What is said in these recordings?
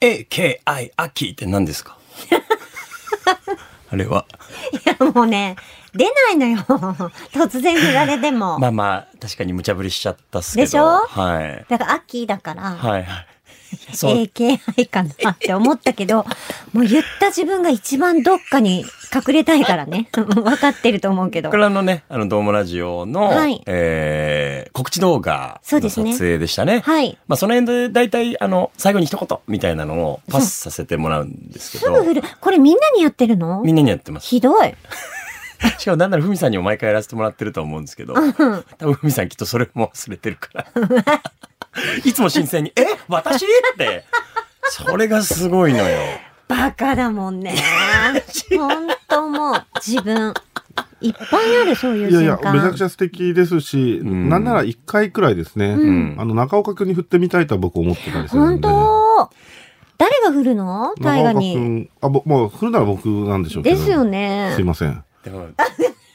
AKI 秋って何ですかあれは。いや もうね、出ないのよ。 突然振られても。 まあまあ、確かに無茶ぶりしちゃったっすけど。でしょはい。だから秋だから、はいはい。そう。 AKI かなって思ったけど、もう言った自分が一番どっかに隠れたいからね。 分かってると思うけどこ。れあのね、あの、ドームラジオの、はいえー告知動画そうのです撮ね影でしたね。はい。まあ、その辺で大体、あの、最後に一言みたいなのをパスさせてもらうんですけすぐど振、る。これみんなにやってるのみんなにやってます。ひどい。しかもなんならふみさんにも毎回やらせてもらってると思うんですけど、うん多分ふみさんきっとそれも忘れてるから。いつも新鮮に、え私って。それがすごいのよ。バカだも んね。ほんともう、自分。いっぱいある、そういういやい瞬や、間。めちゃくちゃ素敵ですし、んなんなら一回くらいですね。んあの、中岡くんに振ってみたいとは僕思ってたりする本んで。当誰が振るの大河中岡くに。ん、あ、ぼもう振るなら僕なんでしょうけでど。すよね。ねすい。ません。でも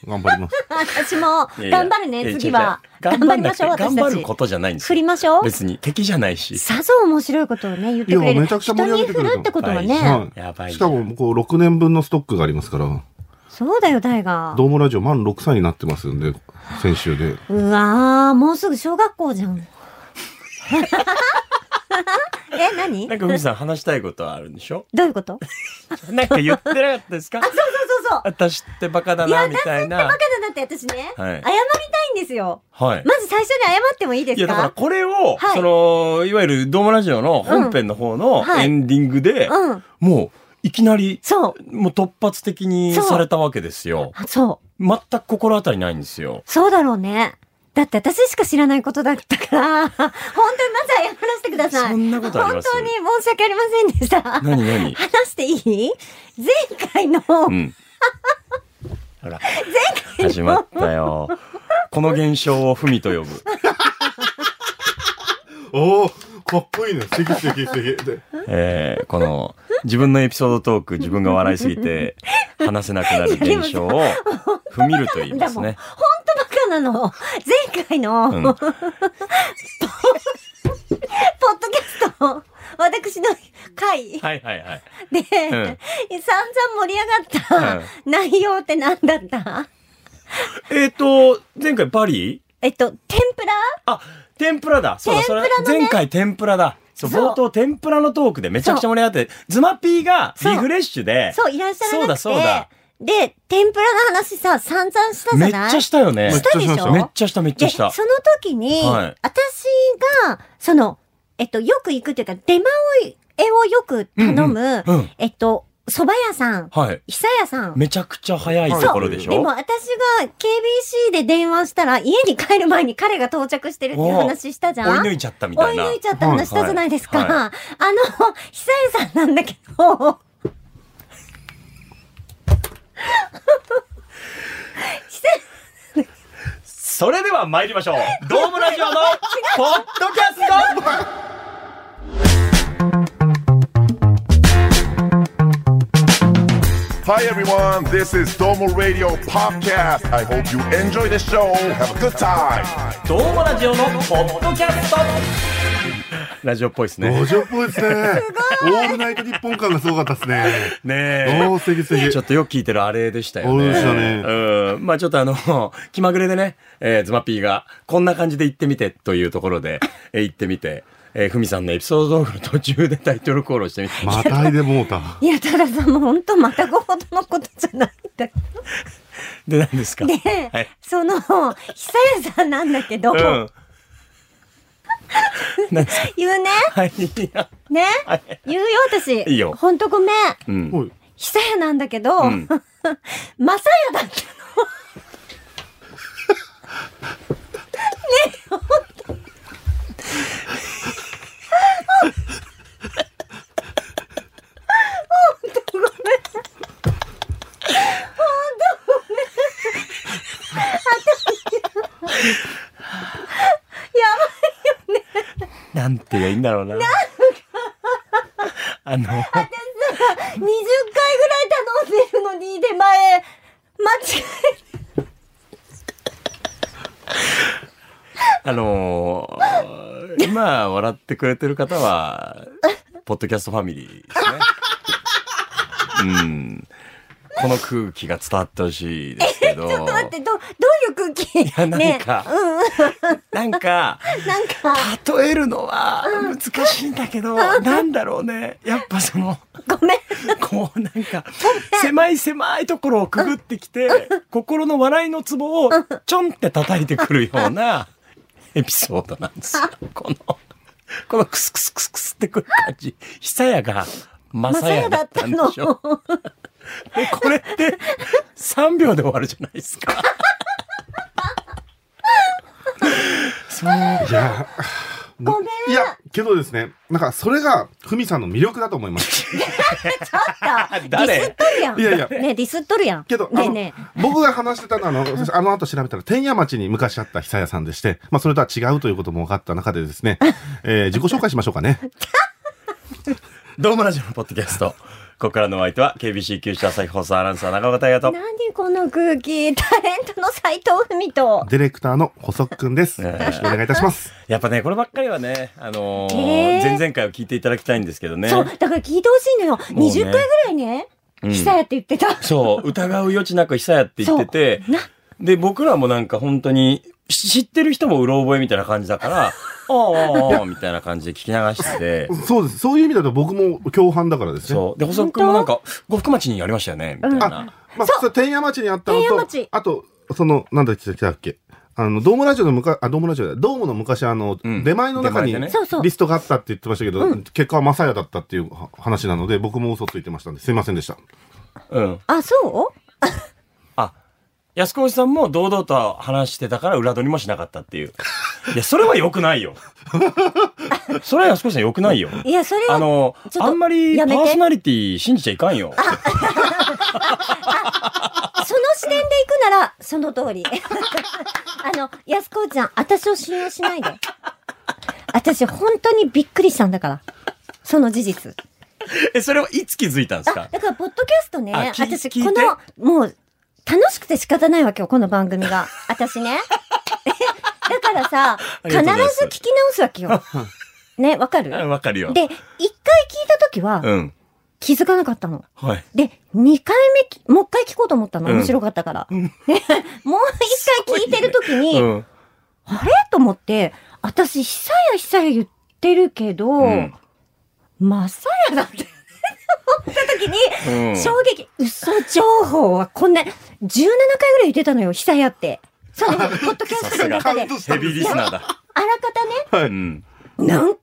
頑張ります。私もいやいや頑張るいやね、違う次は。違う頑張りましょう、頑張んなく私たて頑張るちこ。とじゃないんです振よりましょう。別に敵じゃないし。さぞ面白いことをね、言ってくれいやる。めちゃくちゃ人盛り上にげてく振れるるってことはやねは。やばいしかも、こう、6年分のストックがありますから、そうだよ、大河。ドームラジオ満6歳になってますんで、先週で。うわー、もうすぐ小学校じゃ ん。え、何なんかふみさん話したいことはあるんでしょどうい うことなんか言ってなかったですかそうそうそうそう。私ってバカだいな、や、私みってたいバカな。だなって私ね、はい謝りたいんですよ。はい。まず最初に謝ってもいいでいすや、だからかこれを、はいその、いわゆるドームラジオの本編の方うんのはいエンディングで、うん。もう、いきなり、そう。もう突発的にそうされたわけですよ。あそう。全く心当たりないんですよ。そうだろうね。だって私しか知らないことだったから、 本当にまず謝らせてください。そんなことあります本当に申し訳ありませんでした。何何話していい前回の、 うん。ほら、始まったよ。この現象をふみと呼ぶ。おおかっこいいね。素敵素敵素敵。 でえーこの、自分のエピソードトーク、自分が笑いすぎて、話せなくなる現象 を、ふみると言いだますもん。本ね。当バカなの。前回 の、うんポッドキャスト、私の回はいはいはい。んで、散々盛り上がった内容って何だったえっ、と、前回パリえっと、天ぷらあ、天ぷらだ。そうだ、それ、前回天ぷらだ。そう、そう冒頭天ぷらのトークでめちゃくちゃ盛り上がって、ズマピーがそうリフレッシュで、そう、いらっしゃらなくて。そうだそうだで、天ぷらの話さ、散々したじめゃっちないゃしたよね。しめたでしょめっちゃした、めっちで、ゃしそのた。時に、はい私が、その、えっと、よく行くというか、出前をよく頼む、うん。えっと、蕎麦屋さん、はい。久屋さん。めちゃくちゃ早いところでしでもょ私が KBC で電話したら、家に帰る前に彼が到着してるっていう話したじゃん。追い抜いちゃったみたいな追い抜。いちゃった話したじゃないですか。はいはあの、久江さんなんだけど、それでは参りましょう。ドームラジオのポッドキャスト Hi everyone, this is Domo Radio Podcast. I hope you enjoy the show. Have a good time. ドームラジオのポッドキャストラジオっぽいですね路。上っぽいですね。オールナイト日本感がすごかったです ね。ねおお素敵素え。敵。ちょっとよく聞いてるあれでしたよあね。れでしたねうん。まあちょっとあの、 気まぐれでね、えーズマピーが、こんな感じで行ってみてというところで、えー行ってみて、えーふみさんのエピソード動画の途中でタイトルコールをしてみて、またいでもうた。いや、たださ、もう本当またごほどのことじゃないんだけで、何ですかど、 はい。その、久江さんなんだけど、うん。何ですか言うね、はい。ね、はい言うよ私。いいよほんとごめん。うん。おい久江なんだけど、 うんまさやだったの。 なんて言えばいいんだろうな。 あの、 20回ぐらい頼んでるのに、出前、間違えあのー今笑ってくれてる方は、ポッドキャストファミリーですね。うん。この空気が伝わってほしいですけど。 ちょっと待って、ど、どういう空気やなんかね、うんうん、なんか、なんか、例えるのは難しいんだけど、なんだろうね。やっぱその、ごめん。 こうなんか、狭い狭いところをくぐってきて、心の笑いのツボをちょんって叩いてくるようなエピソードなんですよ。この、このクスクスクスクスってくる感じ。久やが、まさやだったんでしょ。で、これって3秒で終わるじゃないですか。 そう。いや、ごめん。いや、けどですね、なんかそれがふみさんの魅力だと思 います。ディスっ誰とるやん。いやいやね、ディスっとるやん。けど、あねえの、ねえ。僕が話してた のは、あの、あの後調べたら、天谷町に昔あった久屋さんでして、まあ、それとは違うということも分かった中でで すね、えー自己紹介しましょうかね。どうもラジオのポッドキャスト。ここからのお相手は KBC 九州朝日放送アナウンサー中岡大和と。何この空気。タレントの斎藤文と。ディレクターの細くんです。えよーろしくお願いいたします。やっぱね、こればっかりはね、あのーえー前々回を聞いていただきたいんですけどね。そう、だから聞いてほしいのよ。もうね20回ぐらいね、うん久やって言ってた。そう、疑う余地なく久やって言ってて、な、で、僕らもなんか本当に、し知ってる人もうろ覚えみたいな感じだから、ああ、ああ、みたいな感じで聞き流してて、そうです。そういう意味だと僕も共犯だからですね。そう。で、細くんもなんか、呉服町にやりましたよね、みたいな。まあ、そう天谷町にあったの天谷と町、あと、その、なんだっけ、っけ。あの、ドームラジオの昔、あ、ドームラジオだ。ドームの昔、あの、うん出前の中に出前でねそうそうリストがあったって言ってましたけど、結果はマサヤだったっていうは話なので、僕も嘘ついてましたんで、すいませんでした。うん。あ、そうあ、安子さんも堂々と話してたから裏取りもしなかったっていう。いや、それは良くない よ。それは安子さん良くないよ。いや、それあは、のち、ょっとあんまりパやめてーソナリティ信じちゃいかんよ。その視点で行くなら、その通り。 あの、安子ちゃん、私を信用しないで。私、本当にびっくりしたんだから。その事実。え、それはいつ気づいたんですあか、だから、ポッドキャストね、あ聞い私、聞いこての、もう、楽しくて仕方ないわけよ、この番 組が。私ね。だからさ、あり必ずが聞とうございますき直すわけよ。ね、わかるあわかるよ。で、一回聞いたときは、うん。気づかなかったの。はい。で、二回目き、もう一回聞こうと思ったの。うん面白かったから。ね、 もう一回聞いてるときに、うん。あれと思って、私、久や久や言ってるけど、うんまさやだって。 思ったときに、うん衝撃、嘘情報はこんな、17回ぐらい言ってたのよ、久やって。その、ポッドキャストの中で。あらかしヘビーリスナーだ。たね、うん。何回言って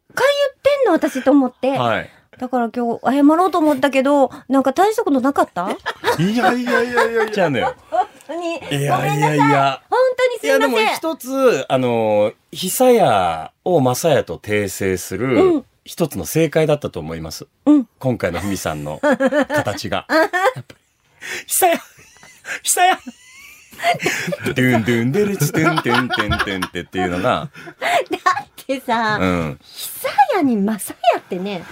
んの私と思って。はい。だから今日謝ろうと思ったけど、なんか大したことなかった本いやいやいやいやいじゃあね。当に。ごいめんやいなやいさい。や。本当にいすいやでまもせん。一つ、あの、久屋を正也と訂正すうるん、一つの正解だったと思います。うん今回のふみさんの形が。やっぱり久屋久屋ドゥンドゥンデレチドゥンドゥンドゥンドゥンってっていうのが、だってうさ、ん。久やにまさやってね、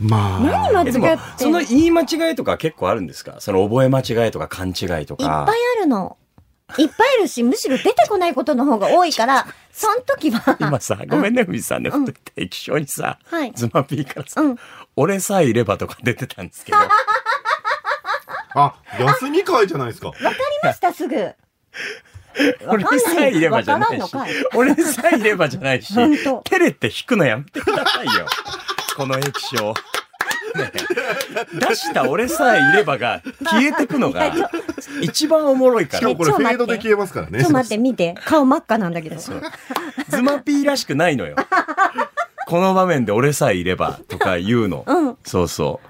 ま何あ、間え違でもっ、てそんののいっ言い間違いとか結構あるんですかその覚え間違いとか勘違いとぱかい。あるの。いっぱいあるし、むしろ出てこないことの方が多いから、その時は、今さ、ごめんね、ふみさんね、本当に適当にさ、はいズマピーからさ、うん俺さえいればとか出てたん ですけど、あ、休み会じゃないですか。出ました、すぐ。わ俺かんさなえいい。ればわじゃかならんいのしかい。、俺さえいればじゃないし 本当、照れて引くのやめてくださいよ。この液晶。ねえ出した俺さえいればが消えてくの が一番おもろいかしからもこれフェードで消えますからちねょ、。待って、見 て。顔真っ赤なんだけど。ズマピーらしくない のよ。この場面で俺さえいればとか言うの。うんそうそ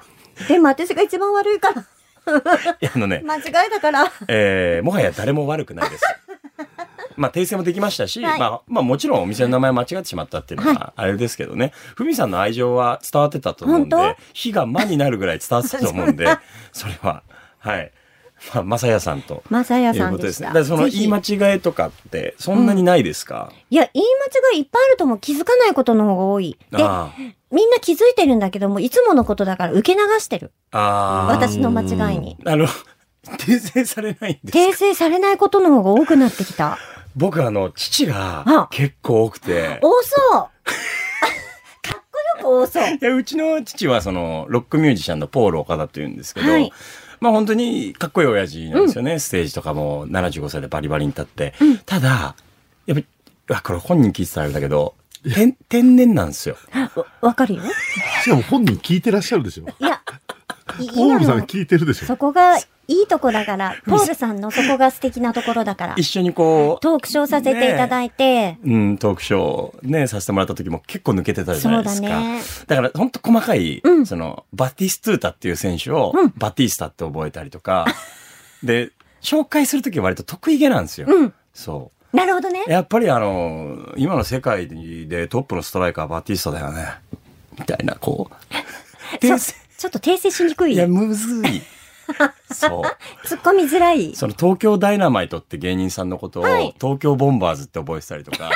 う。でも私が一番悪いから、いや、あのね、間違いだから。えーもはや誰も悪くない です。まあ、訂正もできましたし、はいまあ、まあ、もちろんお店の名前間違ってしまったっていうのは、あれですけどね、ふみさんの愛情は伝わってたと思うんで本当、火が魔になるぐらい伝わってたと思うんで、それは、はい。まあ、まさやさんと。まさやいうさんことででしすね。だた。からそのぜひ言い間違いとかって、そんなにないですか、いや、言い間違いいっぱいあるとも気づかないことの方が多い。で、あみんな気づいてるんだけども、いつものことだから受け流してる。あ。ああ。私の間違いに。あの、訂正されないんです。訂正されないことの方が多くなってきた。僕、あの、父があ 結構多くて。多そうかっこよ多そう。いや、うちの父はその、ロックミュージシャンのポール岡田って言うんですけど、はいまあ本当にかっこいい親父なんですよね。ステージとかも75歳でバリバリに立って。ただ、やっぱり、うわこれ本人聞いてたらあれだけど、てん天然なんですよ。わわかるよ。しかも本人聞いてらっしゃるでしょ。いや、いポールさん今の聞いてるでしそょ。こがいいとこだから、ポールさんのそこが素敵なところだから一、緒にこう、トークショーさせていただいて、うん、トークショーね、させてもらった時も結構抜けてたじゃないですか。そうだねだから本当細かい、うんその、バティストゥータっていう選手を、バティスタって覚えたりとか、で、紹介する時は割と得意げなんですよ。うん。そう。なるほどね。やっぱりあの、今の世界でトップのストライカーバティスタだよね。みたいな、こう。 訂そう正ちょっと訂正しにくい。いや、突っむず い。そう。込みづらい。その東京ダイナマイトって芸人さんのことを、はい東京ボンバーズって覚えてたりと か、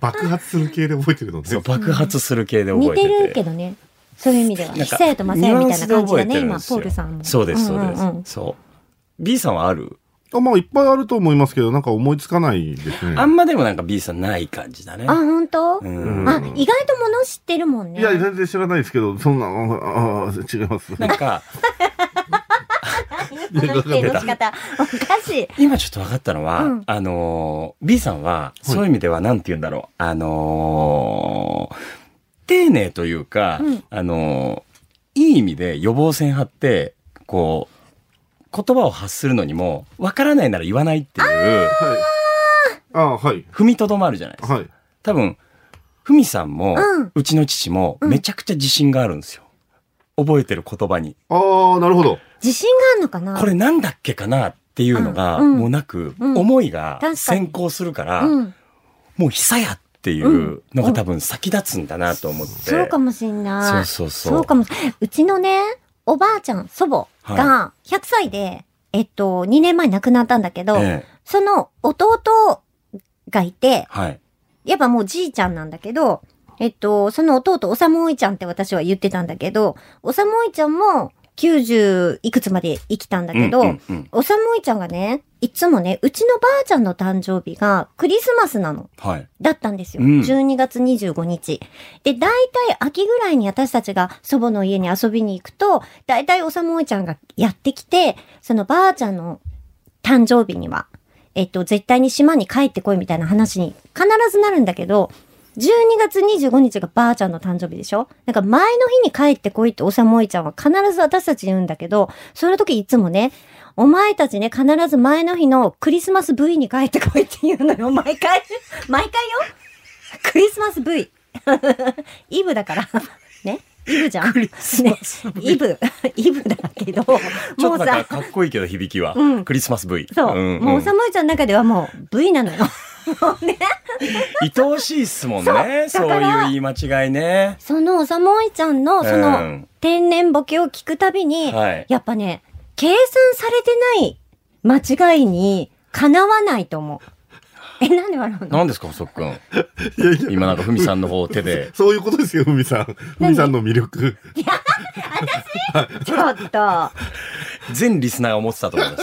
爆発する系で覚えてるのねそう。爆発する系で似覚えててて。るけどね。そういう意味では。なんか久谷と正也みたいな感じだね、ニュア今、ンポスで覚えてるんールさんも。ですよそうです、そうです。んんんそう。B さんはあるあまあいっぱいあると思いますけど、なんか思いつかないですね。あんまでもなんか B さんない感じだね。あ、本当うん。あ、意外と物知ってるもんね。いや、全然知らないですけど、そんな、ああ、違います。なんか、物知ってるの仕方。おかしい。今ちょっと分かったのは、うんあのー、B さんは、そういう意味では、なんて言うんだろう、あのー、丁寧というか、うんあのー、いい意味で予防線張って、こう、言葉を発するのにも、分からないなら言わないっていう、はい。ああ、はい。踏みとどまるじゃないですか。はい。多分、ふみさんも、ううんちの父も、めちゃくちゃ自信があるんですよ。覚えてる言葉に。ああ、なるほど。自信があるのかなこれなんだっけかなっていうのが、うんうんもうなく、うん思いが確かに先行するから、うん。もう久屋っていうのが多分先立つんだなと思って。そうかもしんない。そうそうそうかも。うちのね、おばあちゃん、祖母が100歳で、えっと、2年前亡くなったんだけど、ええその弟がいて、はい。やっぱもうじいちゃんなんだけど、えっと、その弟、おさもおいちゃんって私は言ってたんだけど、おさもおいちゃんも90いくつまで生きたんだけど、うんうんうんおさもおいちゃんがね、いつもね、うちのばあちゃんの誕生日がクリスマスなの。はい。だったんですよ。うん12月25日。で、大体秋ぐらいに私たちが祖母の家に遊びに行くと、大体おさもいちゃんがやってきて、そのばあちゃんの誕生日には、えっと、絶対に島に帰ってこいみたいな話に必ずなるんだけど、12月25日がばあちゃんの誕生日でしょなんか前の日に帰ってこいっておさもいちゃんは必ず私たち言うんだけど、その時いつもね、お前たちね、必ず前の日のクリスマス V に帰ってこいって言うのよ、毎回。毎回よ。クリスマス V。イブだから。ね。イブじゃん。クリスマス、ね、イブ。イブだけど。ちょもっとうなんかさ、かっこいいけど響きは。うんクリスマス V。そう。んんもうおさまいちゃんの中ではもう V な のよ。愛おしいっすもんね。そそううだからいう言い間違いね。そのおさまいちゃんのそうのん天然ボケを聞くたびに、はいやっぱね、計算されてない間違いにかなわないと思う。 え、なんで笑うの何ですか、細っくん。いやいや、今なんかふみさんの方を手で。そういうことですよ、ふみさん。ふみさんの魅力。ちょっ と。全リスナーが思ってたと思います。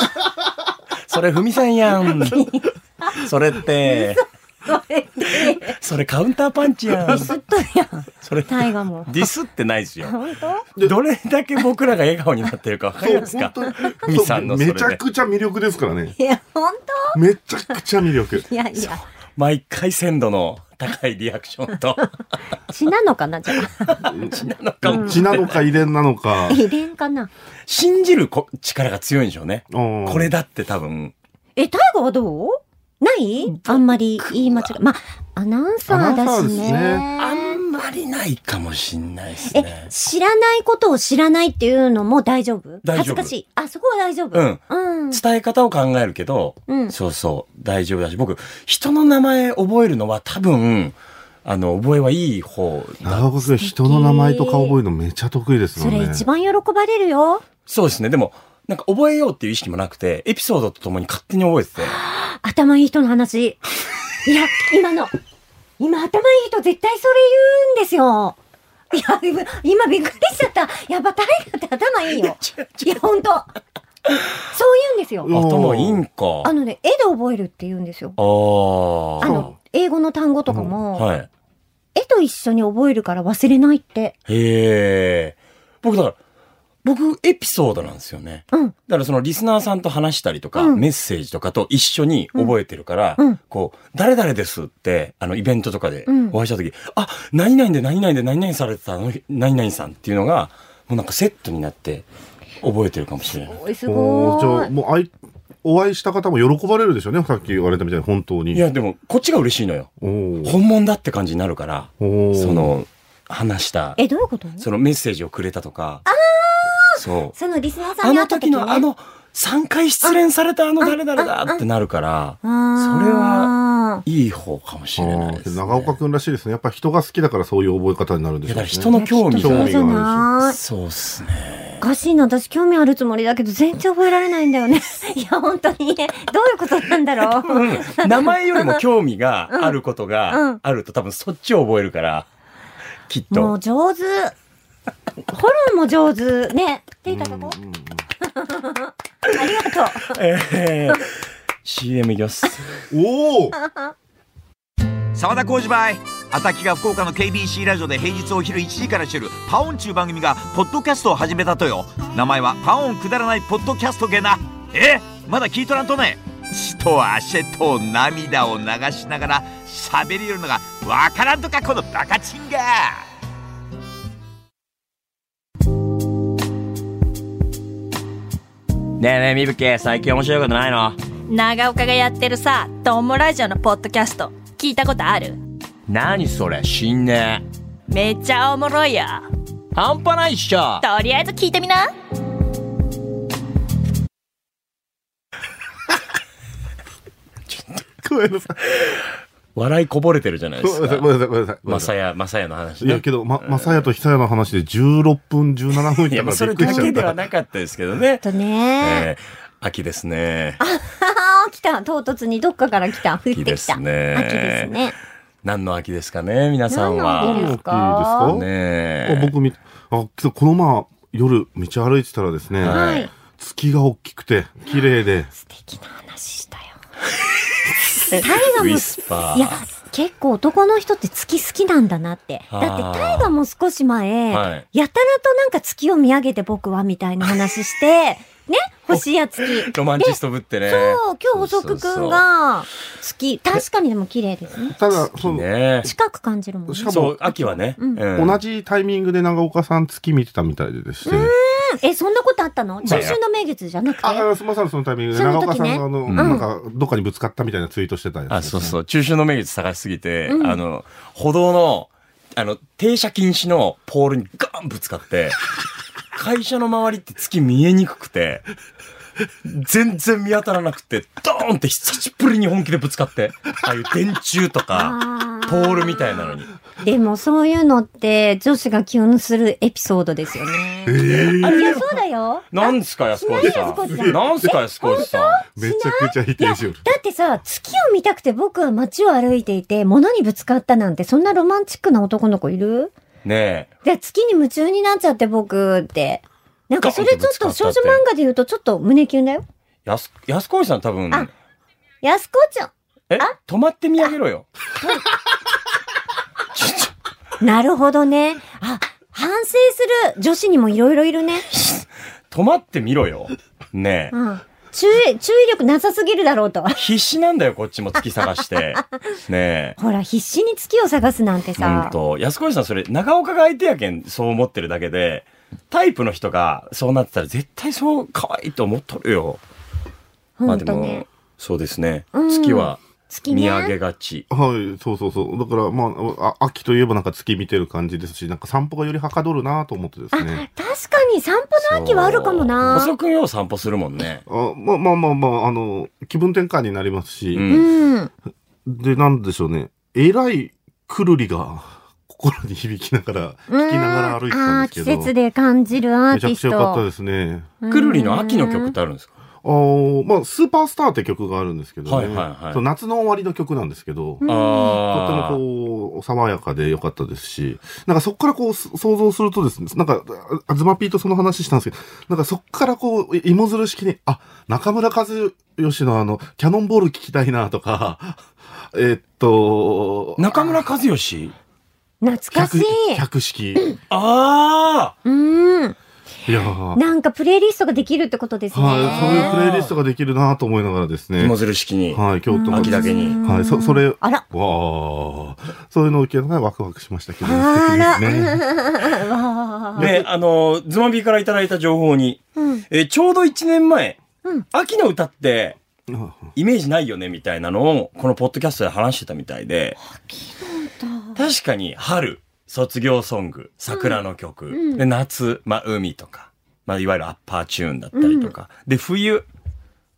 それふみさんやん。それって、それって、それカウンターパンチやん。ずっとやん。それ、デ大河も。ィスってないですよ。本当どれだけ僕らが笑顔になってるか分かりますかふみさんのそめれちゃで。くちゃ魅力ですからね。いや、本めちゃくちゃ魅力。当いやいや、毎回鮮度の高いリアクション と、血なのかなじゃ なあ。のか、血なのか遺伝な のか。遺伝かな信じるこ力が強いんでしょうね。ここれだって多分、え、大河はどうないあんまり言い間違い。まあ、アナウンサーアナだウンサーしですねあね。んまりないかもしんないですえね、。知らないことを知らないっていうのも大丈夫大恥丈ず夫かしい。あ、そこは大丈夫。うん。うん。伝え方を考えるけど、うんそうそう、大丈夫だし、僕、人の名前覚えるのは多分、あの、覚えはいい方だ。長岡君、人の名前と顔覚えるのめちゃ得意ですもそんれね。一番喜ばれるよ。そうですね。でも、なんか覚えようっていう意識もなくて、エピソードとともに勝手に覚えてて。頭いい人の話。いや、今の。今頭いい人絶対それ言うんですよ。いや、今今びっくりしちゃった。やっぱ大河って頭いいよ。いや、ほんと。そう言うんですよ。頭いいんか。あのね、絵で覚えるって言うんですよ。ああ。あの、英語の単語とかも、はい。絵と一緒に覚えるから忘れないって。へえ。僕だから、僕エピソードなんですよね。うん。だからそのリスナーさんと話したりとか、うんメッセージとかと一緒に覚えてるから、うんうんこう、誰々ですって、あの、イベントとかでうんお会いした時、あ、何々で何々で何々されてたの、何々さんっていうのが、もうなんかセットになって覚えてるかもしれない。おい、すおーじごゃーあ、い。もうあい、お会いした方も喜ばれるでしょうね。さっき言われたみたいに、本当に。いや、でも、こっちが嬉しいのよ。おー、本物だって感じになるから、おーそ、の、話した、え、どういうことそのメッセージをくれたとか、そう。そのリスナーさんあに会のった時時ねのあ、の3回失恋されたあの誰々だってなるから、あーそれはいい方かもしれないです、あーね。長岡くんらしいですね。やっぱ人が好きだからそういう覚え方になるんでいしょやだからうね。人の興味そ興う味じゃない。そうっすね。おかしいな、私興味あるつもりだけど全然覚えられないんだよね。 いや、本当にね、どういうことなんだろう。名前よりも興味があることうんうがんあると多分そっちを覚えるから、きっもとう。上手。ホルンも上手。ね。手いただこう。 ありがとう。えー CM いきます。おお沢田浩二バイアタキが福岡の KBC ラジオで平日お昼1時からしてる「パオン」ちゅう番組がポッドキャストを始めたとよ名前は「パオンくだらないポッドキャスト」げなえまだ聞いとらんとね血と汗と涙を流しながら喋りよるのがわからんとかこのバカチンがねえねえ、みぶけ、最近面白いことないの長岡がやってるさ、トンボラジオのポッドキャスト、聞いたことある何それ、死んねえ。めっちゃおもろいよ。半端ないっしょとりあえず聞いてみな。ごめんなさい。笑いこぼれてるじゃないでごすめんなさい。かご。めんなさい。ごめんなさい。まさや、まさやの話いやね。けど、ま、まさやとひさやの話で16分、17分いいや、まあそれだけではなかったですけどねあ。とね。えー秋ですね。あー、来た。唐突にどっかから来た。降って秋きた。ですね秋ですね。何の秋ですかね、皆さんは。何の秋ですか何の秋ですかねあえ。僕見、あ、けどこのまま夜道歩いてたらですね、ははい。月が大きくて、綺麗で、素敵な話した よ。ウィスパー。いや、結構男の人って月好きなんだなって。だあーって、大河も少し前、はいやたらとなんか月を見上げて僕はみたいな 話して、ね星や月。ロマンチストぶってね。そう、今日細くそうくそんうが月、確かにでも綺麗ですね。ただ、そそうの、ね。近く感じるもんね。しかもそう、秋はね。うんうん同じタイミングで長岡さん月見てたみたいででして、うんえ、そんなことあったの中秋の名月じゃなくて。あ、あすみません、そのタイミングでそ長の時岡さんねがあの、うんなんか、どっかにぶつかったみたいなツイートしてたやつあ、そうそう。中秋の名月探しすぎて、うんあの、歩道の、あの、停車禁止のポールにガーンぶつか って、会社の周りって月見えにくくて、全然見当たらなくて、ドーンって久しぶりに本気でぶつかって、ああいう電柱とか、あーポールみたいなのに。でもそういうのって女子がキュンするエピソードですよね。いや、そうだよ。なんですか、安越さしない安越ん。さんなんすか、安越さん。めちゃくちゃ否いや、定しだよる。ってさ、月を見たくて僕は街を歩いていて、物にぶつかったなんて、そんなロマンチックな男の子いるねえ。で、月に夢中になっちゃって僕って。なんかそれちょっと少女漫画で言うとちょっと胸キュンだよ。やす、安越さん多分、あ安子ちゃえ止まって見上げろよ。ん。なるほどね。あ、反省する女子にもいろいろいるね。止まってみろよ。ねえ。うん。注意、注意力なさすぎるだろうと。必死なんだよ、こっちも月探 して。ねえ。ほら、必死に月を探すなんてうんさ。と、安越さんそれ、長岡が相手やけん、そう思ってるだけで、タイプの人がそうなってたら絶対そう可愛いと思っとるよ。まほあんでともね。、そうですね。うん月は月ね。見上げがち。はい、そうそうそう。だから、まあ、あ秋といえばなんか月見てる感じですし、なんか散歩がよりはかどるなと思ってですね。確かに散歩の秋はあるかもな。細くんよう散歩するもんね。あまあまあまあまあ、あの、気分転換になりますし、うんうん。で、なんでしょうね。えらいくるりが心に響きながら、聞きながら歩いてたんですけあーど。季節で感じるアーめちテゃィくスちゃト。良かったですね。くるりの秋の曲ってあるんですかあーまあ、スーパースターって曲があるんですけどね。はいはいはいそう夏の終わりの曲なんですけど、とってもああ。こう、爽やかで良かったですし、なんかそこからこう、す想像するとですね、なんか、あずまピーとその話したんですけど、なんかそこからこう、芋づる式に、あ、中村和義のあの、キャノン ボール聞きたいなとか、えっと、中村和義懐かしい。 100式。ああうん。いやーなんかプレイリストができるってことですね。はい、そういうプレイリストができるなと思いながらですね。芋づる式に。はい、京都うんの秋だけにうんはい、そ、それ、わあら。あ、そういうのを受けながらワクワクしましたけど、素あ敵ら。ですね。 わあ。ね、あの、ズマビーからいただいた情報に、うん。えーちょうど1年前、うん秋の歌って、あイメージないよねみたいなのを、このポッドキャストで話してたみたいで、確かに春、卒業ソング、桜の曲、うんで夏、まあ海とか、まあいわゆるアッパーチューンだったりとか、で冬、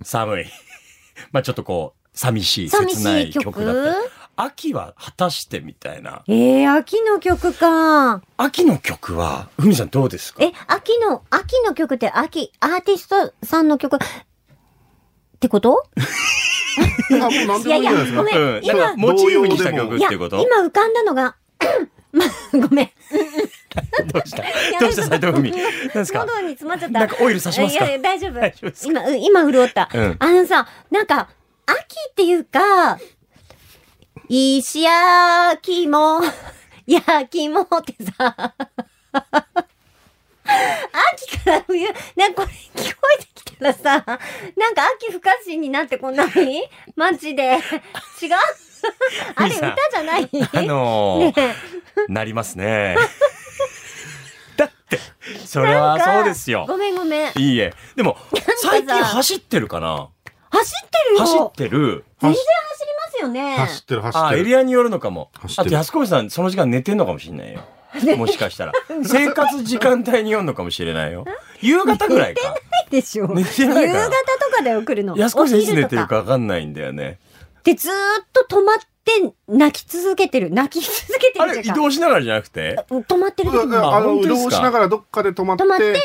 寒い。 まあちょっとこう、寂しい、寂切なしいい曲曲だったり。秋は果たしてみたいな。ええー、秋の曲か。秋の曲は、ふみさんどうですかえ、秋の、秋の曲って秋、アーティストさんの曲ってこともう何でもいいんじゃないですごかめ。んうん、なんか今モチーフにした曲同っいや、て今ことど浮かんだのが、 ま、ごめん。うした どうした斉藤文何ですか喉に詰まっちゃった。なんかオイル差しますいかやいや、大丈大丈夫です夫。今、うん今潤った。うんあのさ、なんか、秋っていうか、石焼きも、 焼きもってさ、 秋から冬、なんかこれ聞こえてきたらさ、なんか秋不可侵になって こないマジで。違うあいれい歌なじゃないあのねー、えなります ね。だって、それはそうですよご。めんごめん。いいえ。でも、最近なんかさ走ってるかな走ってるよ走ってる。全然走りますよね。走ってる、走っあ、てエる。リアによるのかも走。っあと、てる安込さん、その時間寝てんのかもしれ ないよ。もしかしたら。生活時間帯によるのかもしれない よ。夕方ぐらいか。でしょ。寝てない夕から方とかだよ、来るの。安子さんいつお昼寝とてるかわかんないんだよね。で、ずーっと止まって、泣き続けてる。泣き続けてあるってれ、いう移か。動しながらじゃなくて止まってる時だにか止らあの本移当ですか動しながらどっかで止まってまって、だ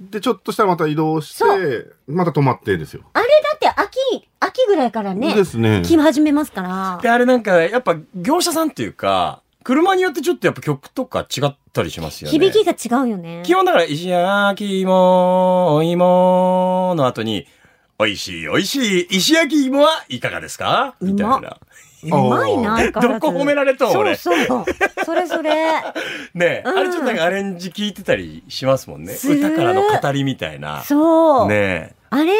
でちょっとしたらまた移動しそてまた止まってですよ。って秋、秋ぐらいからでね、すね。来始めますからで、。あれなんか、やっぱ業者さんっていうか、車によってちょっとやっぱ曲とか違ったりしますよね。響きが違うよね。基本だから、石焼き芋、お芋の後に、美味しい美味しい石焼き芋はいかがですかみたいな。うまいな、あー相変わらずどこ褒められとん俺そうそう。それ それ。ねえ、うんあれちょっとなんかアレンジ聞いてたりしますもんね。する歌からの語りみたいな。そう。ねえ、あれ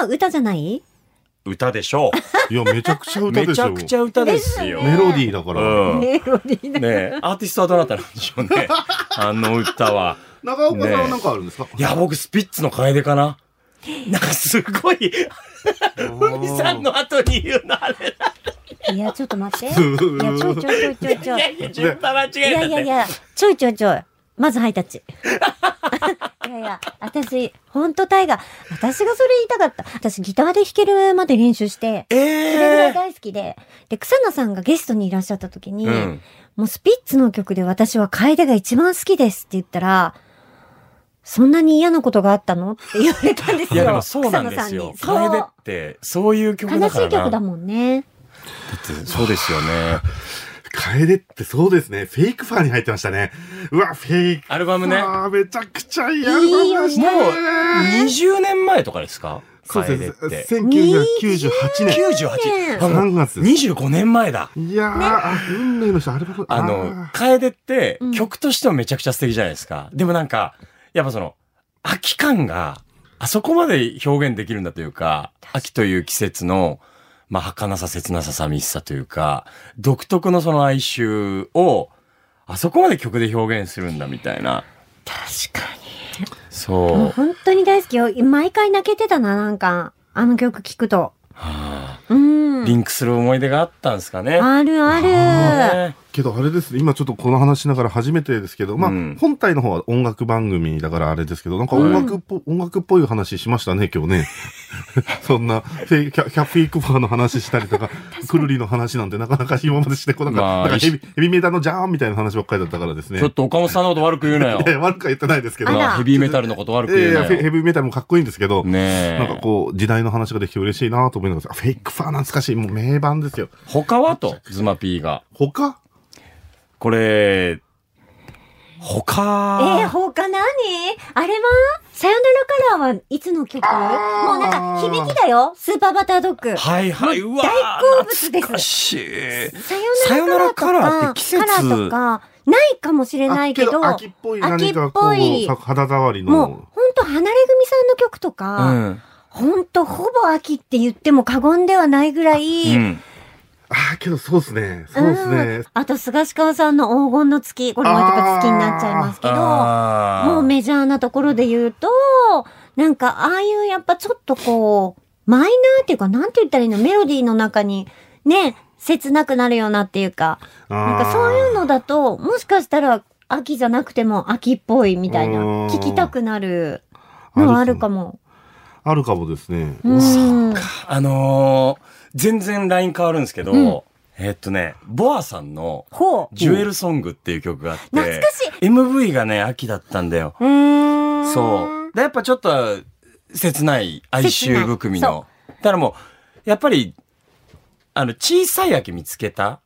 は歌じゃない歌でしょいやめちゃくちゃう。歌でめしちょ。ゃくちゃ歌ですよ。メロディーだから。うん。ねメロディーだ。え、アーティストはどなたなんでしょうね。あの歌は。長岡さんはなんかあるんですか。いや、僕、スピッツの楓かな。なんかすごい、海さんの後に言うのあれだ。いや、ちょっと待って。いや、ちょ いちょいちょいちょいちょい。いや、順番間違いえやたいやいね。や、ちょいちょいちょい。まずハイタッチ。 いやいや、私、ほんとタイガー、私がそれ言いたかった。私、ギターで弾けるまで練習して、えそれぐらいえ大好きで、で、草野さんがゲストにいらっしゃった時に、うんもうスピッツの曲で私は楓が一番好きですって言ったら、そんなに嫌なことがあったのって言われたんですいよ。や、でもそうなんですよ。草野さん楓にっ。て、そういうそ曲う。悲だしからい曲だな。もんね。そうですよね。楓ってそうですね。フェイクファーに入ってましたね。うわ、フェイク。アルバムねあーめちゃくちゃいいアルバムでしたいいよね。 20年前とかですかそう楓でっすね。て。 1998年。 98。あもう3月です。 25年前だ。いやー、あ運命の人、アルバム。あの、楓って曲としてはめちゃくちゃ素敵じゃないですか。でもなんか、やっぱその、秋感があそこまで表現できるんだというか、秋という季節の、まあ、儚さ、切なさ、寂しさというか、独特のその哀愁を、あそこまで曲で表現するんだみたいな。確かに。もうそう。本当に大好きよ。毎回泣けてたな、なんか。あの曲聴くと。はあうん。リンクする思い出があったんですかね。あるある。ねけどあれですね、今ちょっとこの話しながら初めてですけど、まあ、うん本体の方は音楽番組だからあれですけど、なんか音楽っぽ、音楽っぽい話しましたね、今日ね。 そんな、フェイキャキャフェイクファーの話したりと か、くるりの話なんてなかなか今までしてこなかった。まあなんかヘビヘビメタのジャーンみたいな話ばっかりだったからですね。ちょっと岡本さんのこと悪く言うなよい。や、 悪くは言ってないですけど。あらなあヘビーメタルのこと悪く言ええうなヘビヘよ。ビメタルもかっこいいんですけど、ねえ。なんかこう、時代の話ができて嬉しいなと思いながら、あフェイクファー懐かしい、もう名盤ですよ。他はと、ズマピーが。他これ、他、えー、他何あれはさよならカラーはいつの曲もうあーなんか響きだよ。スーパーバタードッグ。はいはい、うわ大好物です懐かしい。さよならカラーさよならカラーとか、って季節カラーとか、ないかもしれないけど、あ秋っぽい何かこ、秋っぽいうさ肌触りもうの、ほんと離れ組さんの曲とうか、ん。ほんとほぼ秋って言っても過言ではないぐらい、うん。ああ、けどそうですね。そうですうんね。あと、菅氏川さんの黄金の月、これまた好きになっちゃいますけど、あーもうメジャーなところで言うと、なんか、ああいうやっぱちょっとこう、マイナーっていうか、なんて言ったらいいの、メロディーの中に、ね、切なくなるようなっていうか、ななんかそういうのだと、もしかしたら秋じゃなくても秋っぽいみたいな、うん聞きたくなるのはあるかも。あるかもですね。うん。あのー全然ライン変わるんですけど、うんえっとね、ボアさんの、ほう。ジュエルソングっていう曲があって、懐かしい MV がね、秋だったんだよ。うーん。そう。で、やっぱちょっと、切ない哀愁含み切ないの。だからもう、やっぱり、あの、小さい秋見つけた、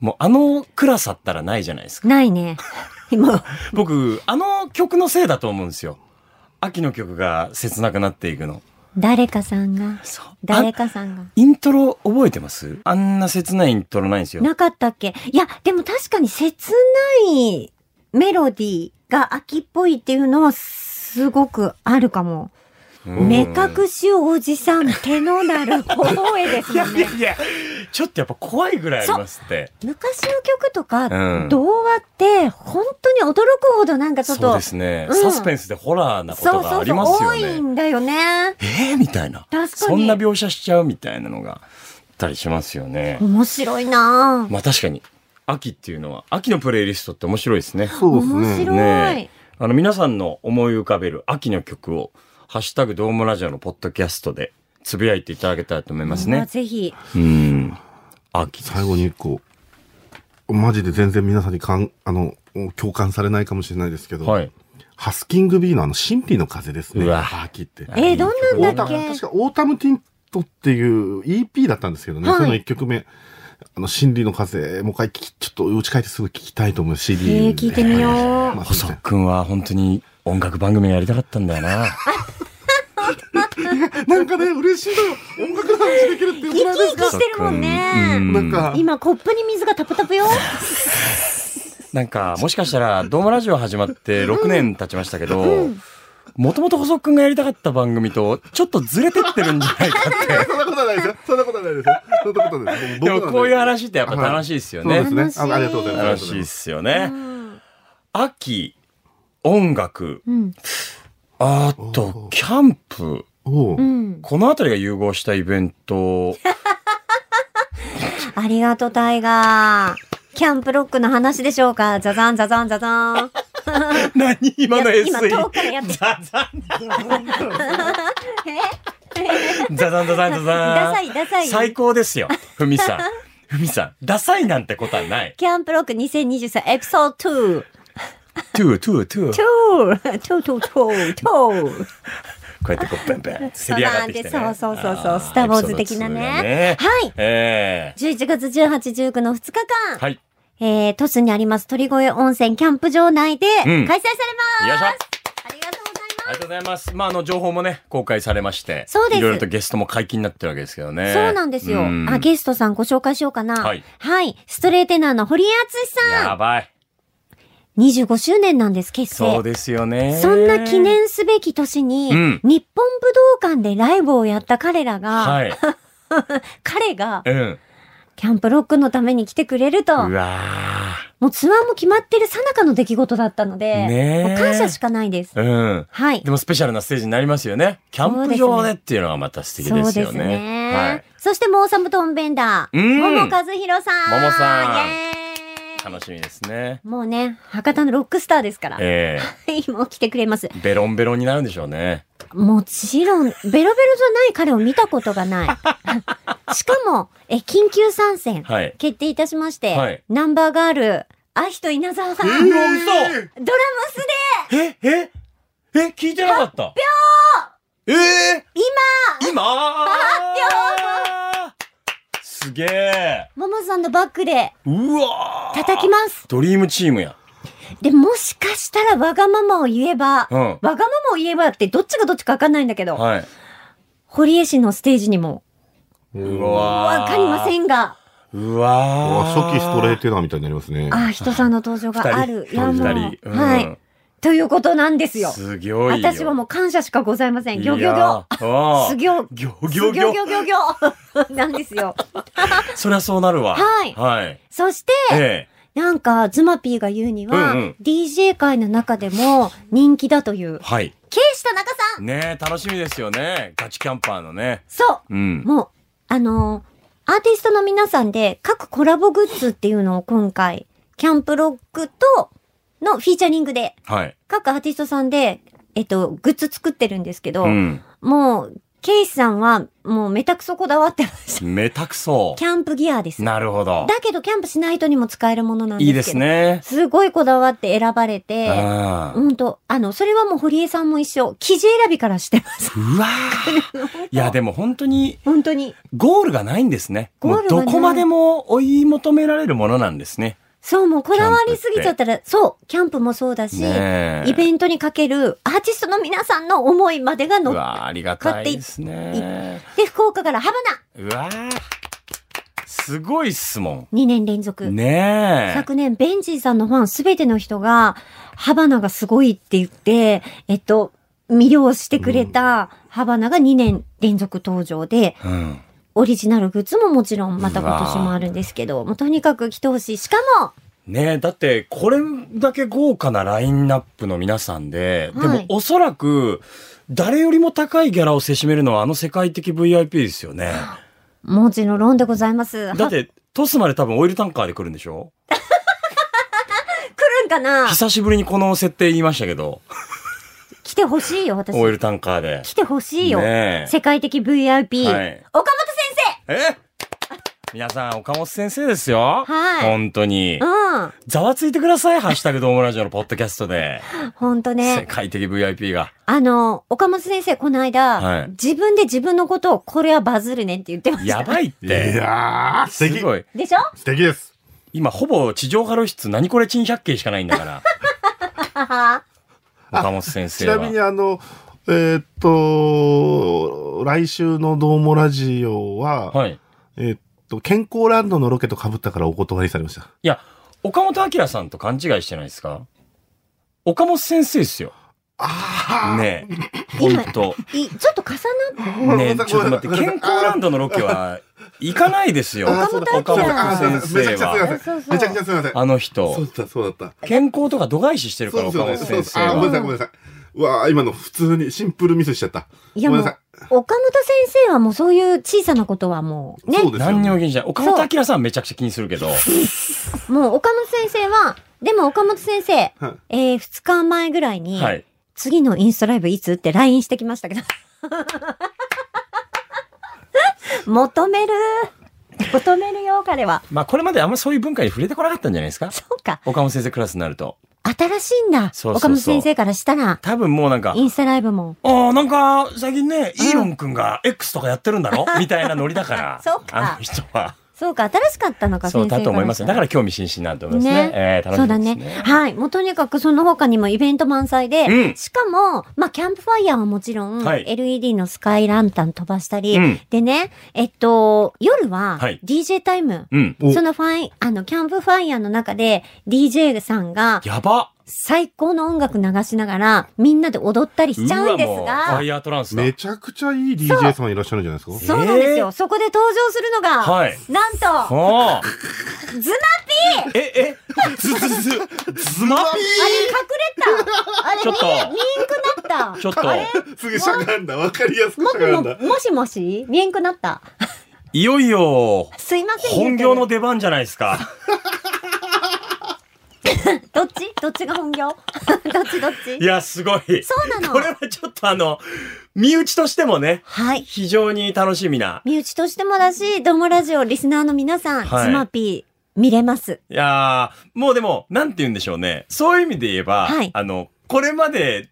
もうあの暗さったらないじゃないですか。ないね。 今。僕、あの曲のせいだと思うんですよ。秋の曲が切なくなっていくの。誰かさんが。そう。誰あかさんが。イントロ覚えてますあんな切ないイントロないんですよ。なかったっけいや、でも確かに切ないメロディーが秋っぽいっていうのはすごくあるかも。うん目隠しおじさん手のなる小声ですいやもんいやね。いや、ちょっとやっぱ怖いぐらいありますって。昔の曲とか、うん童話って本当に驚くほどなんかちょっそうと、ですね、うんサスペンスでホラーなこそとうがそあうりそう、ますよ多ね。いんだよね。えー、みたいな。確かにそんな描写しちゃうみたいなのがあったりしますよね。面白い なぁ。まあ確かに、秋っていうのは、秋のプレイリストって面白いですね。そうです面ね。白い。ねあの、皆さんの思い浮かべる秋の曲を、ハッシュタグドームラジオのポッドキャストで、つぶやいていただけたらと思いますこれはね。ぜひ。うん。秋です最後に一個。マジで全然皆さんにかん、あの、共感されないかもしれないですけど、はい。ハスキングビーのあの、神秘の風ですね。うわ秋って。えーどんオなーんだタっム、け確かオータムティントっていう EP だったんですけどね、はいその1曲目。あの、心理の風、もう一回聞き、ちょっと家帰ってすぐ聞きたいと思う CD で。えー聞いてみようまあすい細ませんくんは本当に音楽番組がやりたかったんだよな。 なんかね、嬉しいのよ。音楽の話できるって生よきくないです生きかしてるもんね。うんなんか、今コップに水がタプタプ よ。なんか、もしかしたら、ドームラジオ始まって6年経ちましたけど、もともと細くんがやりたかった番組と、ちょっとずれてってるんじゃないかって。 そんなことはないですよ。そんなことはないですよ。そんなことはないです。でも、こういう話ってやっぱはい楽しいですよそうね。ですね。あありがとうございます。楽しいっすよねう。ん秋、音楽、うん。あと、キャンプ、おううん。このあたりが融合したイベン ト、ありがとう、タイガー。キャンプロックの話でしょうかザザン、ザザン、ザザン。何今のいや今 SE 遠くからやって。ザザンえザザンザザンザザンダサいダサい最高ですよふみ さんふみさんダサいなんてことはない キャンプロック2023エピソードトゥートゥートゥー 2! 2! トゥトゥトゥトゥこうやってこうペンペンせり上がってきて、ね、そうなんですそうそうそうそうあスターウォーズ的なねエピソード2がねはいええ !11 月18、19の2日間、はいえー、都市にあります鳥越温泉キャンプ場内で開うん催されよまいしょす、ありがとうございますありがとうございます。まあ、あの、情報もね、公開されまして。そうですいろいろとゲストも解禁になってるわけですけどね。そうなんですよ。うんあ、ゲストさんご紹介しようかな。ははいい。ストレーテナーの堀井敦やさばい。ん。25周年なんです、結成。そうですよね。そんな記念すべき年に、うん日本武道館でライブをやった彼らが、はい。彼が うん。キャンプロックのために来てくれると、うわもうツアーも決まってる最中の出来事だったので、ねえもう感謝しかないです。ーうん。はいで。もスペシャルなステージになりますよね。キャンプそ場うでですねっていうのはまた素敵そうでですよすね。ね。はい。そして、モーサムトンベンダー、うん桃和弘さん。桃さんイエーイ楽しみですね。もうね、博多のロックスターですから。え 今起きてくれます。えベロンベロンになるんでしょうね。もちろん、ベロベロじゃない彼を見たことが ない。しかも、え、緊急参戦、はい決定いたしまして、はいナンバーガール、アヒと稲沢さん、ドラムスで、え、え、え、聞いてなかった。ええ今今すげえ。ももさんのバックでうわー叩きます。ドリームチームや。で、もしかしたらわがままを言えば、うんわがままを言えばってどっちがどっちかわかんないんだけど、はい。堀江氏のステージにも、うわわかりません。んが、うわあ初期ストレート。テナーみたいになりますね。あ、人さんの登場がある。いや、もう、二人うんはい。ということなんですよ。すごいよ。私はもう感謝しかございません。ギョギョギョ。ョすぎょ、ギョすギぎョょぎギょョぎ。ょぎょ。 なんですよ。そりゃそうなるわ。はいはい。そして、ええ。なんか、ズマピーが言うには、うんうん DJ 界の中でも人気だという、はい。ケイシタナカさんねえ、楽しみですよね。ガチキャンパーのね。そううん。もう、あのーアーティストの皆さんで各コラボグッズっていうのを今回、キャンプロックとのフィーチャリングで、はい。各アーティストさんで、えっと、グッズ作ってるんですけど、うん。もう、ケイシさんはもうめたくそこだわってました。めたくそキャンプギアです。う。なるほど。だけど、キャンプしない人にも使えるものなんですけど。いいですね。すごいこだわって選ばれうて、ん。うんと、あの、それはもう堀江さんも一緒、生地選びからして ます。うわ ーいや、でも本当に、本当に。ゴールがないんですね。ゴもールうがないどこまでも追い求められるものなんですね。そう、もうこだわりすぎちゃったら、そう、キャンプもそうだし、ねえイベントにかけるアーティストの皆さんの思いまでが乗うっわーありがたいですね。て、福岡から浜うわーすごいっすも名 !2 年連続。ん。ね昨年、ベンジーさんのファンすべての人が、ハバナがすごいって言って、えっと、魅了してくれたハバナが2年連続登場で、え。うん。オリジナルグッズももちろんまた今年もあるんですけど、もうとにかく来てほしい。しかも、ねえ、だって、これだけ豪華なラインナップの皆さんで、はでいもおそらく、誰よりも高いギャラをせしめるのはあの世界的 VIP ですよ ね。もちろんロンでございます。だっはて、トスまで多分オイルタンカーで来るんでしょ来るんかな久しぶりにこの設定言いましたけど、来てほしいよ、私。オイルタンカーで。来てほしいよ。ねえ世界的 VIP、はい岡本先え皆さん、岡本先生ですよ。はい本当に。生ざわついてください、ハッシュタグドームラジオのポッドキャストで。うん。ほんと世ね。界的 VIP が。あの、岡本先生、この間、はい自分で自分のことを、これはバズるねって言ってました。やばいっいて。やー、素す敵ごい。でしょ素敵です。今、ほぼ地上波露出、何これ珍百景しかないんだ から。はは岡本先生ちは。なみにあの、えーっと、来週のドーモラジオは、はい。えーっと、健康ランドのロケと被ったからお断りされました。いや、岡本明さんと勘違いしてないですか岡本先生ですよ。あねえ。ほ今んと。いちょっと重なっねえ、ちょっと待って、健康ランドのロケは行かないですよ。あーそうだ岡本先めち生ゃくちゃすいは。ませそうん。そうめちゃくちゃすいません。あのそう人、だった、そうだった。健康とか度外視してるかそうら、です岡本先よね。そうです生あー、ごめんなさい、は。ごめんなさい。うわー今の普通にシンプルミスしちゃった。いやごもめうんなさい。岡本先生はもうそういう小さなことはもう、ね。そうですよ、何にも気にしない。岡本明さんはめちゃくちゃ気にするけど。もう岡本先生は、でも岡本先生、はいえー、2日前ぐらいに、はい。次のインスタライブいつって LINE してきましたけど。 求める。求めるよ、彼は。まあ、これまであんまりそういう文化に触れてこなかったんじゃないですかそうか。岡本先生クラスになると。新しいんだ。そうそうそう岡本先生からしたら、多分もうなんかイ、ンスタライブも。ああ、なんか、最近ね、イーロン君が X とかやってるんだろみたいなノリだから。そうかあの人は。そうか、新しかったのか、そうだと思います先よ。生だかからら興味津々なんだと思いますね。ええ楽しそうみでだすね。ね。はい。もうとにかくその他にもイベント満載で、うんしかも、まあ、キャンプファイヤーはもちろん、はい LED のスカイランタン飛ばしたり、うんでね、えっと、夜ははい、 DJ タイム。うん。おそのファイ、あの、キャンプファイヤーの中で、DJ さんがやば最高の音楽流しながら、みんなで踊ったりしちゃうんですうわもうフがァイ、ヤートランスだ。めちゃくちゃいい DJ さんいらっしゃるんじゃないですかそうなんですよ。えーそこで登場するのが、はいなんと、はあ。ズマピーえ、え、ず、ず、ず、ずまあれ隠れたあれちょっと見えんくなったちょっとあれすげえしゃがんだ。わかりやすくもしゃがんだく。も、もしもし見えんくなった。いよいよ、すいません。本業の言う出番じゃないですか。けどどっちどっちが本業 どっちどっいちや、すごい。そうなこのれはちょっとあの、身内としてもね、はい。非常に楽しみな。身内としてもだし、ドモラジオリスナーの皆さん、はいスマピー見れます。いやー、もうでも、なんて言うんでしょうね。そういう意味で言えば、はいあの、これまで、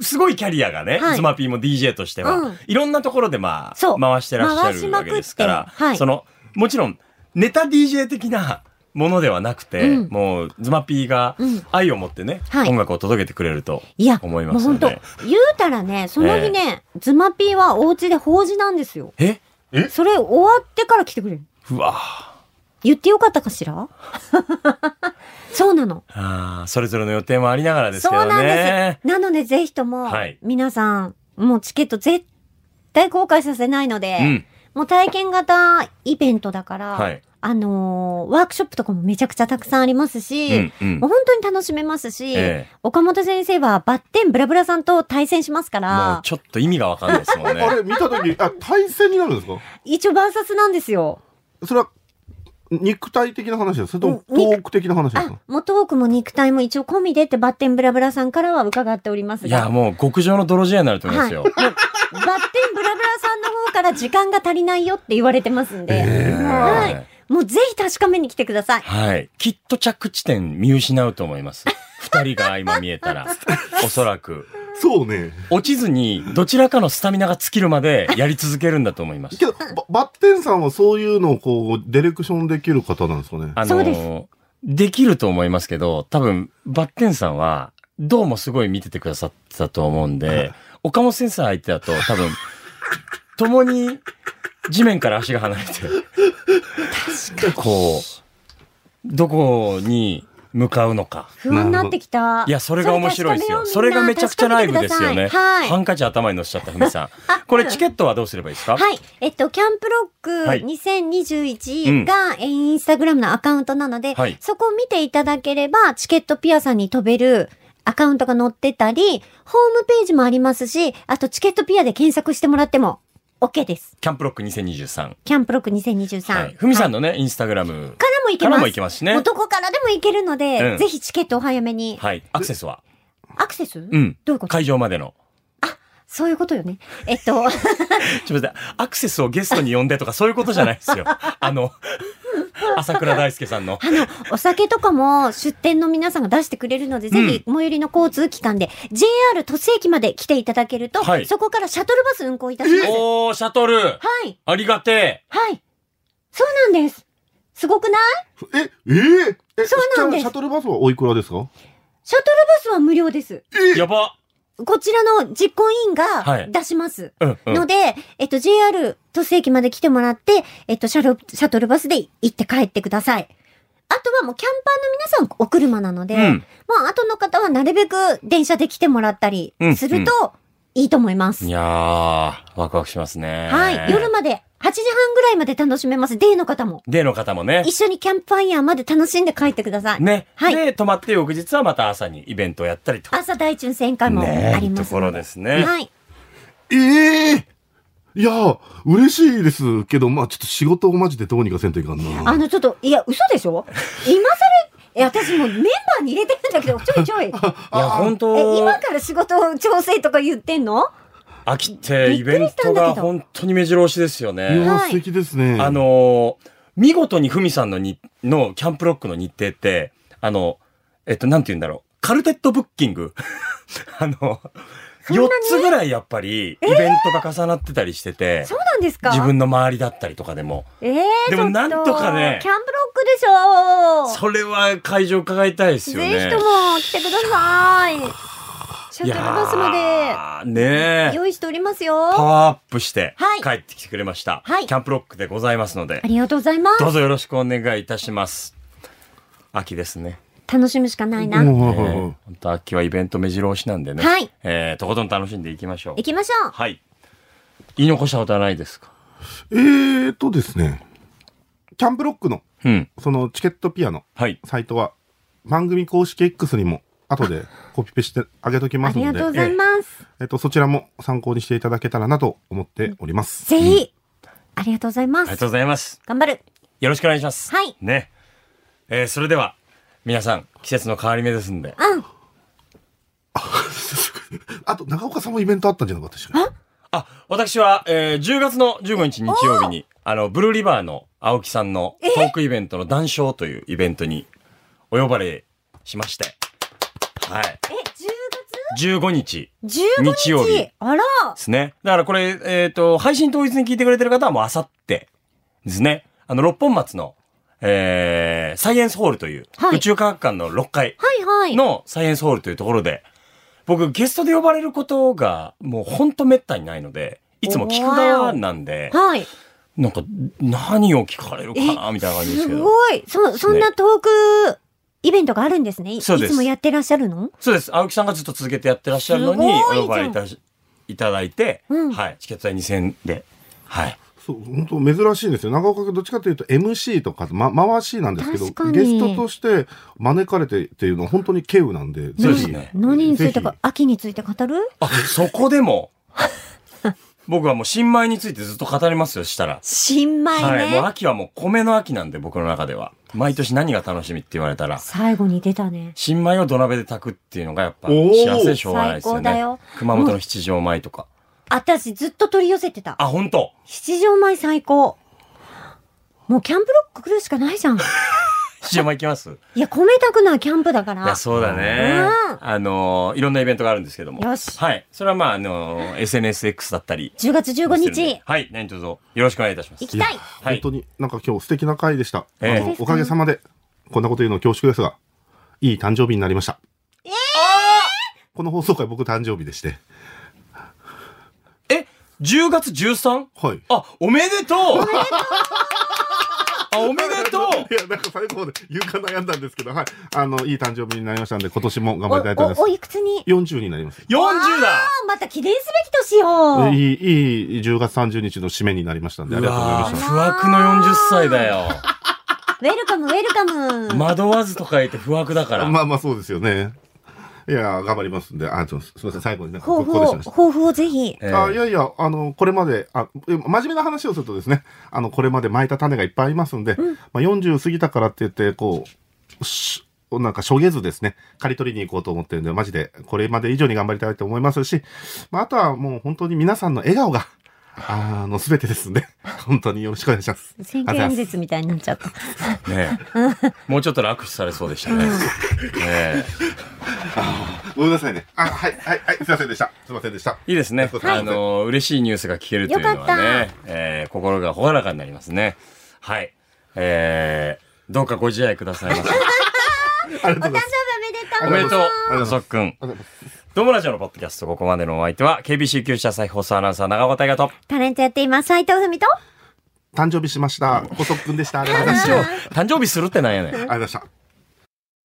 すごいキャリアがね、はいズマピーも DJ としては、うんいろんなところでまあそう、回してらっしゃ回しるまわくってけですから、はいその、もちろん、ネタ DJ 的な ものではなくて、うんもう、ズマピーがうん愛を持ってね、はい音楽を届けてくれるといや、思いもまうすよ本当ね言。うたらね、その日ね、ズマピーはお家で法事なんですよ。えそれ終わってから来てくれる。うわー言ってよかったかしら そうなの。ああ、それぞれの予定もありながらですけそどうなんねで。す。なので、ぜひとも、はい皆さん、もうチケット絶対後悔させないので、うん。もう体験型イベントだから、はい。あのーワークショップとかもめちゃくちゃたくさんありますし、うんうんもう。本当に楽しめますし、え岡本先生はバッテンブラブラさんと対戦しますかえ。もうら、ちょっと意味がわかんないです もんね。あれ、見たとき、あ、対戦になるんですか一応バーサスなんですよ。それは、肉体的な話ですそれとも、うトん肉ーク的な話ですあか、もうトークも肉体も一応込みでってバッテンブラブラさんからは伺っておりますが。いや、もう極上の泥仕合になると思いますよ。もうバッテンブラブラさんの方から時間が足りないよって言われてますんで、はい。もうぜひ確かめに来てください。はい。きっと着地点見失うと思います。二人が今見え たら。おそらく。そうね。落ちずに、どちらかのスタミナが尽きるまでやり続けるんだと思いますけ。ど、ばバッテンさんはそういうのをこう、ディレクションできる方なんですかね。あそうでの、できると思いますけど、多分、バッテンさんは、どうもすごい見ててくださってたと思うんで、岡本先生相手だと、多分、共に地面から足が離れて、こう、どこに向かうのか。不安になってきた。いや、それが面白いですよ。それ確かがめめようちゃくちゃライブですよみんね。な確かめてくださいハはい。ンカチ頭に乗せちゃった、ふみさん。これ、チケットはどうすればいいですかはい。えっと、キャンプロはッいク2021が、えーインスタグラムのアカウントなので、はいそこを見ていただければ、チケットピアさんに飛べるアカウントが載ってたり、ホームページもありますし、あとチケットピアで検索してもらっても OK です。キャンプロック2023。キャンプロック2023。はい。ふみさんの、のね、インスタグラム。からも行けます。からも行けますしねもうどこからでも行けるので、うんぜひチケットお早めに。はい。アクセスはアクセス、うん。どういうこと会場までの。そういうことよね。えっと、 ちょっと待って、アクセスをゲストに呼んでとかそういうことじゃない ですよ。あの、朝倉大輔さんの。あの、お酒とかも出店の皆さんが出してくれるので、ぜひ、最寄りの交通機関で、JR 都市駅まで来ていただけると、はいそこからシャトルバス運行いたします。はおー、シャトルい、ありがてはい。そうなんです。すごくないえ、えー、え、そうなんですシャトルバスはおいくらですかシャトルバスは無料です。えやばこちらの実行委員はがい出します。うん、うん。ので、えっと、JR 都市駅まで来てもらって、えっと、シャルシャトルバスで行って帰ってください。あとはもうキャンパーの皆さんお車なので、うんまあ、後の方はなるべく電車で来てもらったりするといいと思います。いやー、ワクワクしますね。はい。夜まで8時半ぐらいまで楽しめます。デイの方も。での方もね一。緒にキャンプファイヤーまで楽しんで帰ってください。ね。はいで、泊まって翌日はまた朝にイベントをやったりと。朝大中旋回もねありますいいところですねはい。ええいやー、嬉しいですけど、まあちょっと仕事をマジでどうにかせんといかんあな。の、ちょっと、いや、嘘でしょ今更、え、私もうメンバーに入れてるんだけど、ちょいち ょい。いや、本え、当今から仕事調整とか言ってんの秋ってびイっくベりンしたトんだけどが本当に目白押しですよいね。やー、はい素敵ですね。あ、のー見事にふみさんのに、のキャンプロックの日程って、あの、えっと、なんて言うんだろう。カルテットブッキング。 あの、んなに4つぐらいやっぱりイベントが重なってたりしてて、そうなんですか自分の周りだったりとかでも。ええでもなんとかねキャンプロックでしょそれは会場伺いたいですよね。ぜひとも来てください。シャトルバスまでで。ねえ。用意しておりますパよ。ワーアップしてはい帰ってきてくれました。はいキャンプロックでございますのであ、りがとうございまどうす。ぞよろしくお願いいたします。秋ですね。楽しむしかないな。もう行はえいはーいはい本当秋はイベント目白押しなんでね。はいえーとことん楽しんでいきましょう。きましょう。はい。言い残したことはないですかえーとですね、キャンプロックの、うん。そのチケットピアのはい。サイトは、番組公式 X にも、後でコピペしてあげときあますりがのでとうご、ざいます。えっと、そちらも参考にしていただけたらなと思っております。ぜひ、ありがとうございまありがすとう。ございます。頑張る。よろしくお願いします。はいね。えーそれでは、皆さん、季節の変わり目ですんで。うん。あと、長岡さんもイベントあったんじゃなかったでしたっあ、私は、えー10月の15日日曜日に、あの、ブルーリバーの青木さんのトークイベントの談笑というイベントにお呼ばれしまして、はい。え、10 15日月 ?15 日日曜日あらですね。だからこれ、えっ、と、配信当日に聞いてくれてる方はもうあさってですね。あの、六本松の、えー、サイエンスホールという、はい宇宙科学館の6階はいはい。のサイエンスホールというところで、僕ゲストで呼ばれることがもうほんと滅多にないので、いつも聞く側なんで、はい。なんか、何を聞かれるかな、みたいな感じですすけど。ごい。そ、そんなトークイベントがあるんですね。いそうですいつもやってらっしゃるのそうです。青木さんがずっと続けてやってらっしゃるのに、すごいじゃんお呼ばれいたしいただいて、うんはい。チケット代2000で、はい。そう、本当珍しいんですよ。長岡君どっちかというと MC とか、ま、回しなんですけど、確かにゲストとして招かれてっていうのは本当に稀有なんそで、うぜですひ。ね何についてぜか、秋について語るあ、そこでも、 僕はもう新米についてずっと語りますよ、したら。新米はい。ね。もう秋はもう米の秋なんで、僕の中では。毎年何が楽しみって言われたら、最後に出たね。新米を土鍋で炊くっていうのがやっぱおー幸せでしょうがないですよ最高だねよ。熊本の七条米とか。私ずっと取り寄せてた。あ、本当七条米最高。もうキャンプロック来るしかな いじゃん。七条米行きますいや、米炊くのはキャンプだかいや、ら。そうだねうん。あのー、いろんなイベントがあるんですけども。よしはい。それはまあ、あのー、SNSX だったり。 10月15日、はい。何卒よろしくお願いいたします行。きたいはい本当になんか今日素敵な回でした。ええあのおかげさまで、こんなこと言うの恐縮ですが、いい誕生日になりました。この放送回僕誕生日でして。え ?10 月 13? はい。あ、おめでとう あ、おめでとういや、なんか最後まで言うか悩んだんですけど、はい。あの、いい誕生日になりましたんで、今年も頑張りたいと思いお、お、おまいくつにす。40になります。 !40 だあまた記念すべき年よいい、いい10月30日の締めになりましたんで、ありがとうございました。不惑の40歳だよ。ウェルカム、ウェルカム。惑わずと書いて不惑だから。まあまあそうですよね。いや、頑張りますんで、あ、ちょすみません、最後になんか抱負ここでしを、ました。抱負をぜひ。ええあいやいや、あの、これまで、あ、え真面目な話をするとですね、あの、これまで巻いた種がいっぱいありますんで、まあ、40過ぎたからって言って、こう、しなんか、しょげずですね、刈り取りに行こうと思ってるんで、マジで、これまで以上に頑張りたいと思いますし、まあ、あとはもう本当に皆さんの笑顔が、あの、すべてですんで、本当によろしくお願いします。選あ挙演りがとうございます説みたいになっち ゃった。ねえもうちょっと楽されそうでしたね。ねえごめんなさいね。あ、はい、はい、はい、すいませんでした。すいませんでした。いいですね。はいあの、嬉しいニュースが聞けるというのよはかっね、えー心が朗らかになりますね。はい。えー、どうかご自愛ください ませ。ありがとうございます。誕お生日おめめででととう。う、そっくん。どうもラジオのポッドキャスト、ここまでのお相手は、KBC 級社再放送アナウンサー、長岡大和と。タレントやっています、斉藤文と。誕生日しました。細くんでした。ありがとうございました。ありがとう誕生日するってなんやねん。ございました。